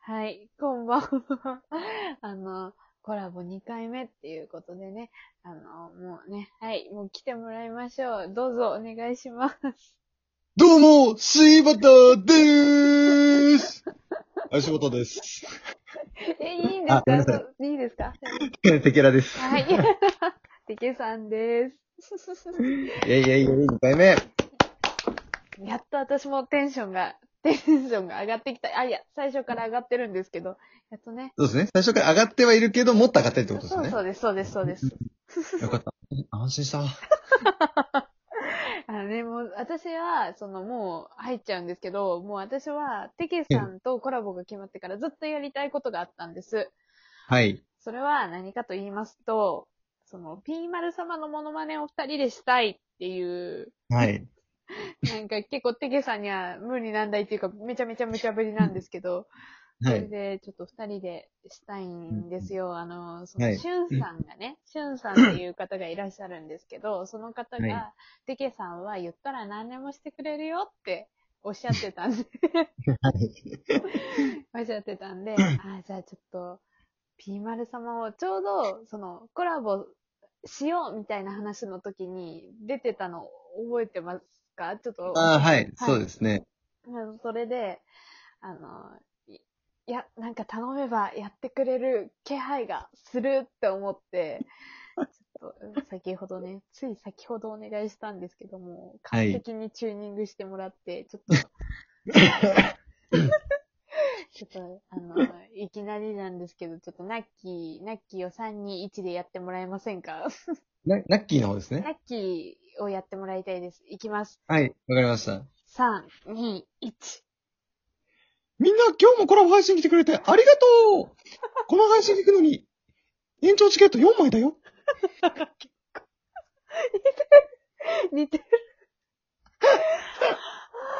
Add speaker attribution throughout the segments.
Speaker 1: はい、こんばんは。 あの、コラボ2回目っていうことでね、あの、もうね、はい、もう来てもらいましょう。どうぞお願いします。
Speaker 2: どうも、柴田でーす。はい、柴田です。
Speaker 1: え、いいんですかいいですか
Speaker 2: テケラです。
Speaker 1: はい。テケさんです。
Speaker 2: いやいやいや、2回目。
Speaker 1: やっと私もテンションが、テンションが上がってきた。あ、いや、最初から上がってるんですけど、やっとね。
Speaker 2: そうですね。最初から上がってはいるけど、もっと上がってるってことですね。。
Speaker 1: そうです、そうです、そうです
Speaker 2: よかった。安心した。
Speaker 1: あのね、もう、私は、その、もう、入っちゃうんですけど、もう私は、テケさんとコラボが決まってからずっとやりたいことがあったんです。
Speaker 2: はい。
Speaker 1: それは何かと言いますと、その、ピーマル様のモノマネを二人でしたいっていう。
Speaker 2: はい。
Speaker 1: なんか結構テケさんには無理難題っていうか、めちゃめちゃ無茶ぶりなんですけど、それでちょっと二人でしたいんですよ。あの、その、シュンさんがね、シュンさんっていう方がいらっしゃるんですけど、その方が、テケさんは言ったら何でもしてくれるよ っておっしゃってたんでおっしゃってた んで、あ、じゃあちょっと、ピーマル様をちょうど、その、コラボしようみたいな話の時に出てたの覚えてますかちょっと。
Speaker 2: ああ、はい、はい、そうですね。
Speaker 1: それで、あの、いや、なんか頼めばやってくれる気配がするって思って、ちょっと先ほどね、 つい先ほどお願いしたんですけども、完璧にチューニングしてもらって、ちょっと、ちょっと、あの、いきなりなんですけど、ちょっとナッキー、ナッキーを321でやってもらえませんか
Speaker 2: ナッキーの方ですね。
Speaker 1: ナッキーをやってもらいたいです。いきます。
Speaker 2: はい、わかりました。
Speaker 1: 3、2、1。
Speaker 2: みんな今日もコラボ配信来てくれてありが とうこの配信聞くのに、延長チケット4枚だよ。
Speaker 1: 似てる。似てる。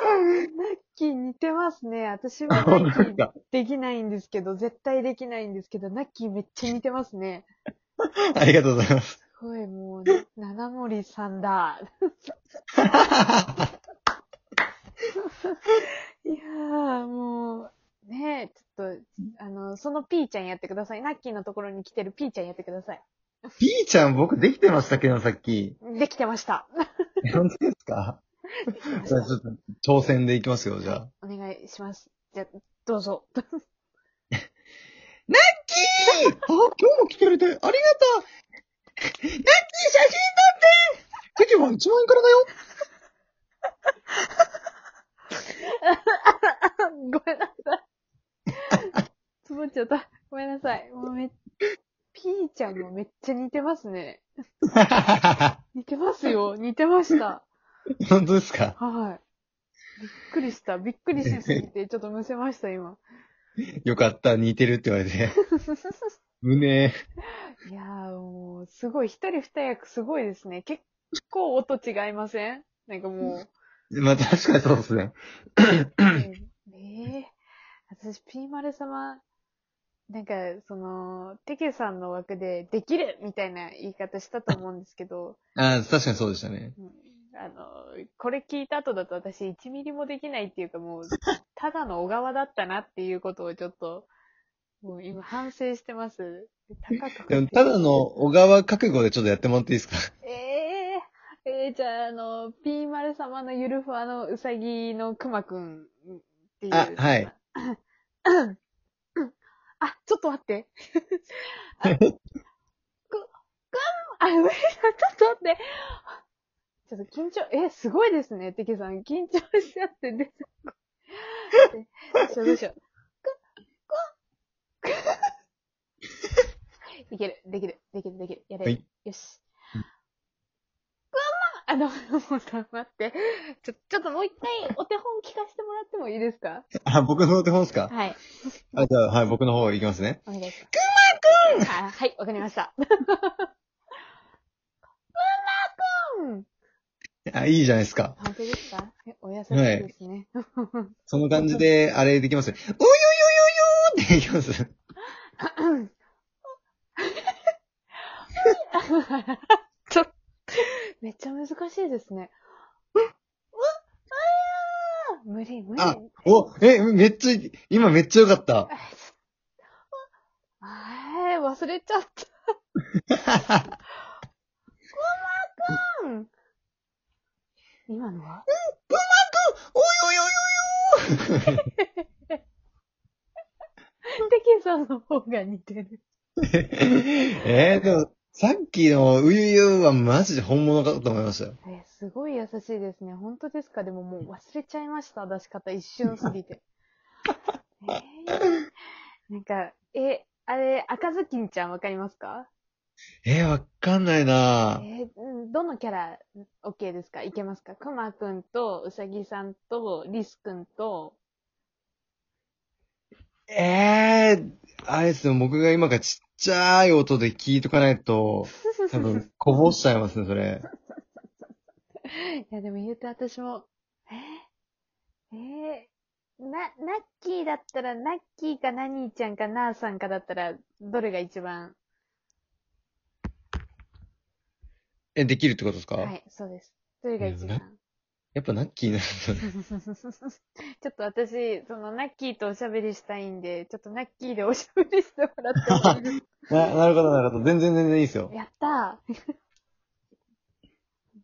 Speaker 1: ナッキー似てますね。私はナッキーできないんですけど、絶対できないんですけど、ナッキーめっちゃ似てますね。
Speaker 2: ありがとうございます。
Speaker 1: すごい、もう、ね、七森さんだ。いやー、もう、ねえ、ちょっと、あの、そのピーちゃんやってください。ナッキーのところに来てるピーちゃんやってください。
Speaker 2: ピーちゃん僕できてましたけど、さっき。
Speaker 1: できてました。
Speaker 2: 本当ですかじゃあちょっと、挑戦でいきますよ、じゃ
Speaker 1: あ。お願いします。じゃあ、どうぞ。ナッ
Speaker 2: キーあ、今日も来てくれてありがとうナッキー写真撮って席は1万円からだよ
Speaker 1: ごめんなさい。つぼっちゃった。ごめんなさい。もうめ、ピーちゃんもめっちゃ似てますね。似てますよ。似てました。
Speaker 2: 本当ですか
Speaker 1: はい。びっくりした。びっくりしすぎて、ちょっとむせました、今。
Speaker 2: よかった。似てるって言われて。胸。
Speaker 1: いやー、もう、すごい。一人二役すごいですね。結構音違いませんなんかもう。
Speaker 2: まあ確かにそうですね。
Speaker 1: ええー、私、ピーマル様、なんか、その、テケさんの枠で、できるみたいな言い方したと思うんですけど。
Speaker 2: ああ、確かにそうでしたね、
Speaker 1: うん。あの、これ聞いた後だと私1ミリもできないっていうかもう、ただの小川だったなっていうことをちょっと、もう今反省してます。
Speaker 2: 高くただの小川覚悟でちょっとやってもらっていいですか
Speaker 1: ええーえー、じゃあ、あの、ピーマル様のゆるふわのうさぎのくまくんっていう。
Speaker 2: あ、はい。
Speaker 1: あ、ちょっと待って。く、 くん、あ、ちょっと待って。ちょっと緊張、え、すごいですね、てけさん。緊張しちゃって 出てこ。どうしよう、どうしよう。く、く、 いける、できる、できる、できる。やれる。はい、よし。あの、もうさ、待って。ちょ、ちょっともう一回お手本聞かせてもらってもいいですか
Speaker 2: あ、僕のお手本ですか
Speaker 1: はい。
Speaker 2: あ、じゃあ、はい、僕の方いきますね。
Speaker 1: お願いします。
Speaker 2: くまくん
Speaker 1: あはい、わかりました。くま
Speaker 2: くんあ、いいじゃないですか。、
Speaker 1: 本当ですかお優しいですね。はい
Speaker 2: その感じで、あれできます。およよよよっていきます。
Speaker 1: ちょっと。めっちゃ難しいですね。無理、無理。
Speaker 2: あ、お、え、めっちゃ、今めっちゃ良かった。
Speaker 1: 忘れちゃった。うん。今のは
Speaker 2: おいおいおいおいおい
Speaker 1: テケさんの方が似てる。
Speaker 2: えー、でも、さっきのうゆゆはマジで本物かと思いましたよ。
Speaker 1: え、すごい優しいですね。本当ですかでももう忘れちゃいました。出し方一瞬すぎて。えーなんか、え、あれ、赤ずきんちゃんわかりますか
Speaker 2: えー、わかんないなぁ。
Speaker 1: えーうんどのキャラ、OK ですかいけますかくまくんと、うさぎさんと、りすくんと、
Speaker 2: えー、あれですよ、僕が今からちっちゃい音で聞いとかないと、多分、こぼしちゃいますね、それ。
Speaker 1: いや、でも言うて私も、えー、えー、な、ナッキーだったら、ナッキーかナニーちゃんかナーさんかだったら、どれが一番
Speaker 2: え、できるってことですか、
Speaker 1: はい、そうです。どれが一番
Speaker 2: やっぱナッキーなんですよね。
Speaker 1: ちょっと私、そのナッキーとおしゃべりしたいんで、ちょっとナッキーでおしゃべりしてもらってもいいですか
Speaker 2: ななるほど、なるほど。全然全然いいですよ。
Speaker 1: やったー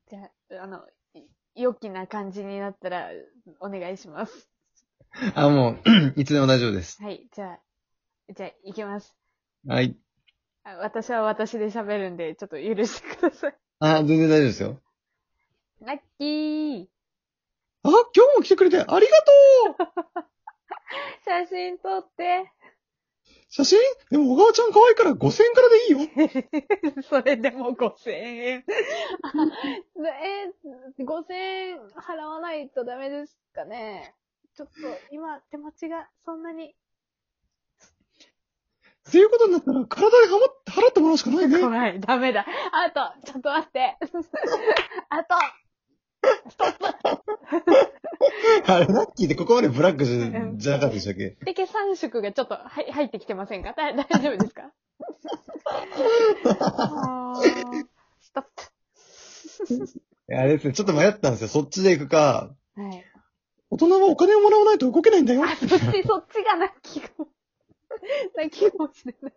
Speaker 1: じゃあ、あの、い良きな感じになったら、お願いします。
Speaker 2: あ、もう、い つでも大丈夫です。
Speaker 1: はい、じゃあ、じゃあ、いきます。
Speaker 2: はい。
Speaker 1: あ私は私で喋るんで、ちょっと許してください。
Speaker 2: あ、全然大丈夫ですよ。
Speaker 1: ナッキー
Speaker 2: あ、今日も来てくれてありがとう
Speaker 1: 写真撮って。
Speaker 2: 写真でも小川ちゃん可愛いから5000円からでいいよ。
Speaker 1: それでも5000円。え、5000円払わないとダメですかね。ちょっと今手持ちがそんなに。
Speaker 2: っていうことになったら体で払ってもらうしかないね。
Speaker 1: 怖い、ダメだ。あと、ちょっと待って。あと、
Speaker 2: あれ、ラッキーってここまでブラックじゃじゃなかったでしたっけ
Speaker 1: テケ三色がちょっとはい入ってきてませんかだ大丈夫ですかもうストッ
Speaker 2: いやあれですね、ちょっと迷ったんですよ。そっちで行くか、
Speaker 1: プ。はい。
Speaker 2: 大人はお金をもらわないと動けないんだよ。
Speaker 1: あ、そっち、そっちがな気が、な気かもしれない。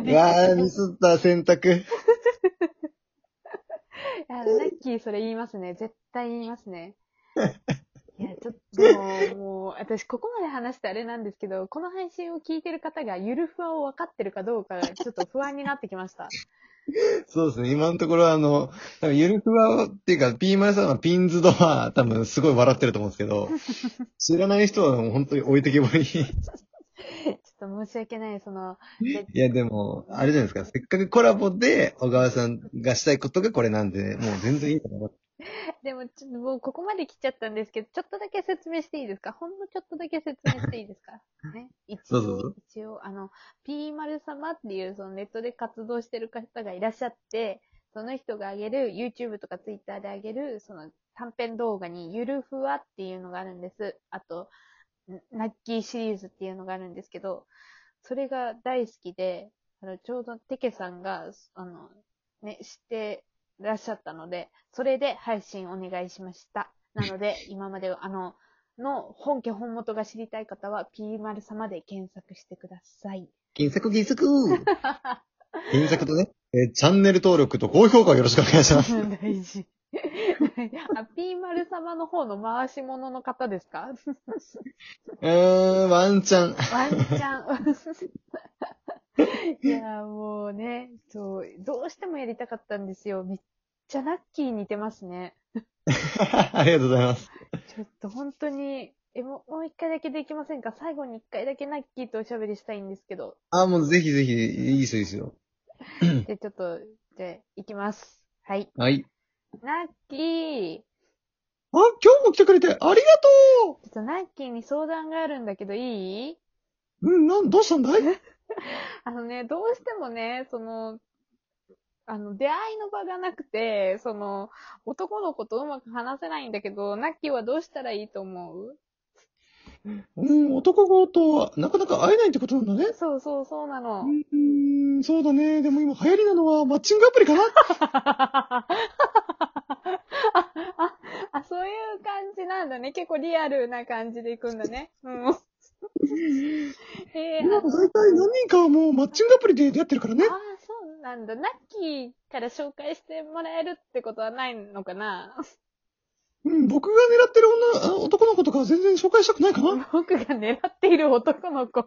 Speaker 2: うわー、ミスった選択。
Speaker 1: いや、ラッキーそれ言いますね。絶対言いますね。いや、ちょっと、でももう、私ここまで話してあれなんですけど、この配信を聞いてる方がゆるふわを分かってるかどうかがちょっと不安になってきました。
Speaker 2: そうですね、今のところあの、多分ゆるふわっていうか、ピーマルさんはピンズドは多分すごい笑ってると思うんですけど、知らない人はもう本当に置いてけぼり。い
Speaker 1: ちょっと申し訳ない、その、で
Speaker 2: や、でも、あれじゃないですか、せっかくコラボで小川さんがしたいことがこれなんで、もう全然いいと思う。
Speaker 1: でもちょっともうここまで来ちゃったんですけど、ちょっとだけ説明していいですかほんのちょっとだけ説明していい ですかね。一
Speaker 2: どうぞ
Speaker 1: 応、一応、あの、P 丸様っていうそのネットで活動してる方がいらっしゃって、その人が上げる YouTube とか Twitter で上げるその短編動画にゆるふわっていうのがあるんです。あと、んナッキーシリーズっていうのがあるんですけど、それが大好きで、あの、ちょうどテケさんが、あの、ね、知ってらっしゃったので、それで配信お願いしました。なの で、今まであの、の本家本元が知りたい方は、P 丸様で検索してください。
Speaker 2: 金策金策金策とね、えーチャンネル登録と高評価をよろしくお願いします。
Speaker 1: 大事。 あ、P 丸様の方の回し者の方です か
Speaker 2: うーん、ワンチャン。
Speaker 1: ワン チャン。いや、もうね、そう、どうしてもやりたかったんですよ。めっちゃラッキー似てますね。
Speaker 2: ありがとうございます。
Speaker 1: ちょっと本当に、え、もうもう一回だけできませんか最後に一回だけナッキーとおしゃべりしたいんですけど。
Speaker 2: あ、もうぜひぜひ、いいですよ、いいですよ。
Speaker 1: で、ちょっと、じゃあ、いきます。はい。
Speaker 2: はい。
Speaker 1: ナッキー、ち
Speaker 2: あ、今日も来てくれてありがとう
Speaker 1: ょっとナッキーに相談があるんだけどいい
Speaker 2: うん、なん、どうしたんだい
Speaker 1: あのね、どうしてもね、その、あの、出会いの場がなくて、その、男の子とうまく話せないんだけど、ナッキーはどうしたらいいと思う
Speaker 2: うん、男強盗はなかなか会えないってことなんだね。
Speaker 1: そうそう、そうなの。
Speaker 2: うん、そうだね。でも今流行りなのはマッチングアプリかな
Speaker 1: あ、あ、あ、そういう感じなんだね。結構リアルな感じでいくんだね。うん。えー、
Speaker 2: 今も大体何人かはもうマッチングアプリで出会ってるからね
Speaker 1: あ。あ、そうなんだ。ナッキーから紹介してもらえるってことはないのかな
Speaker 2: うん、僕が狙ってる女、あ男の子とかは全然紹介したくないかな。
Speaker 1: 僕が狙っている男の子。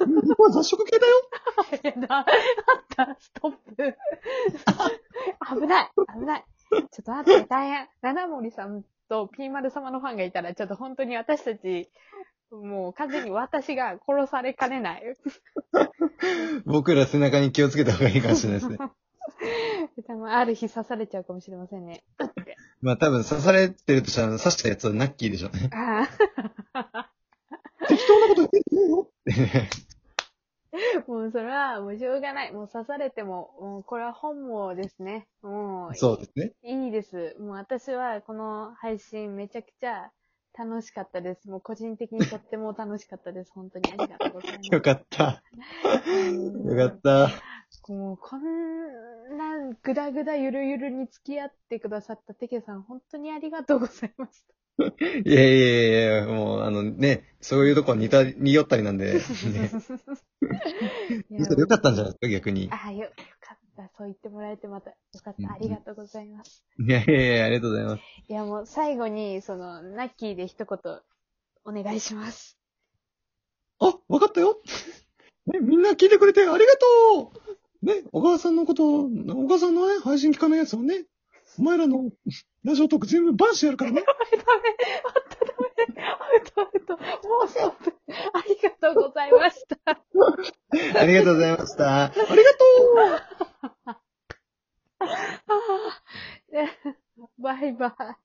Speaker 2: うん僕は雑食系だよ。
Speaker 1: やだ。あった、ストップ。危ない、危ない。ちょっと待って、大変。七森さんとピーマル様のファンがいたら、ちょっと本当に私たち、もう完全に私が殺されかねない。
Speaker 2: 僕ら背中に気をつけた方がいいかもしれないですね。
Speaker 1: 多分ある日刺されちゃうかもしれませんね。
Speaker 2: まあ多分刺されてるとしたら刺したやつはナッキーでしょうね。
Speaker 1: あ
Speaker 2: 適当なこと言ってないよってね。
Speaker 1: あ、もうそれはもうしょうがない。もう刺されても、もうこれは本望ですね。もう、
Speaker 2: そうですね。
Speaker 1: いいです。もう私はこの配信めちゃくちゃ楽しかったです。もう個人的にとっても楽しかったです。本当にありがとうございます。
Speaker 2: よかった。
Speaker 1: うん
Speaker 2: よかった。
Speaker 1: もうこんなぐだぐだゆるゆるに付き合ってくださったテケさん、本当にありがとうございまし
Speaker 2: いやいやいやいや、もうあのね、そういうとこ似た、似よったりなん
Speaker 1: た。
Speaker 2: で、ね。
Speaker 1: いや
Speaker 2: よかったんじゃないですか、逆に。
Speaker 1: ああ、よ、よかった。そう言ってもらえてまた、よかっ
Speaker 2: うん
Speaker 1: た。ありがとうございます。
Speaker 2: いやいやいや、ありがとうございます。
Speaker 1: いや、もう最後に、その、ナッキーで一言、お願いします。
Speaker 2: あ、わかったよ。 ね、みんな聞いてくれてありがとうね、小川さんのこと、小川さんのね、配信聞かないやつをね、お前らのラジオトーク全部バンしてやるからね。
Speaker 1: ダメ、あったダメ、あったあった、もうストップ。ありがとうございました。
Speaker 2: ありがとうございました。あ りがとう
Speaker 1: あーえバイバイ。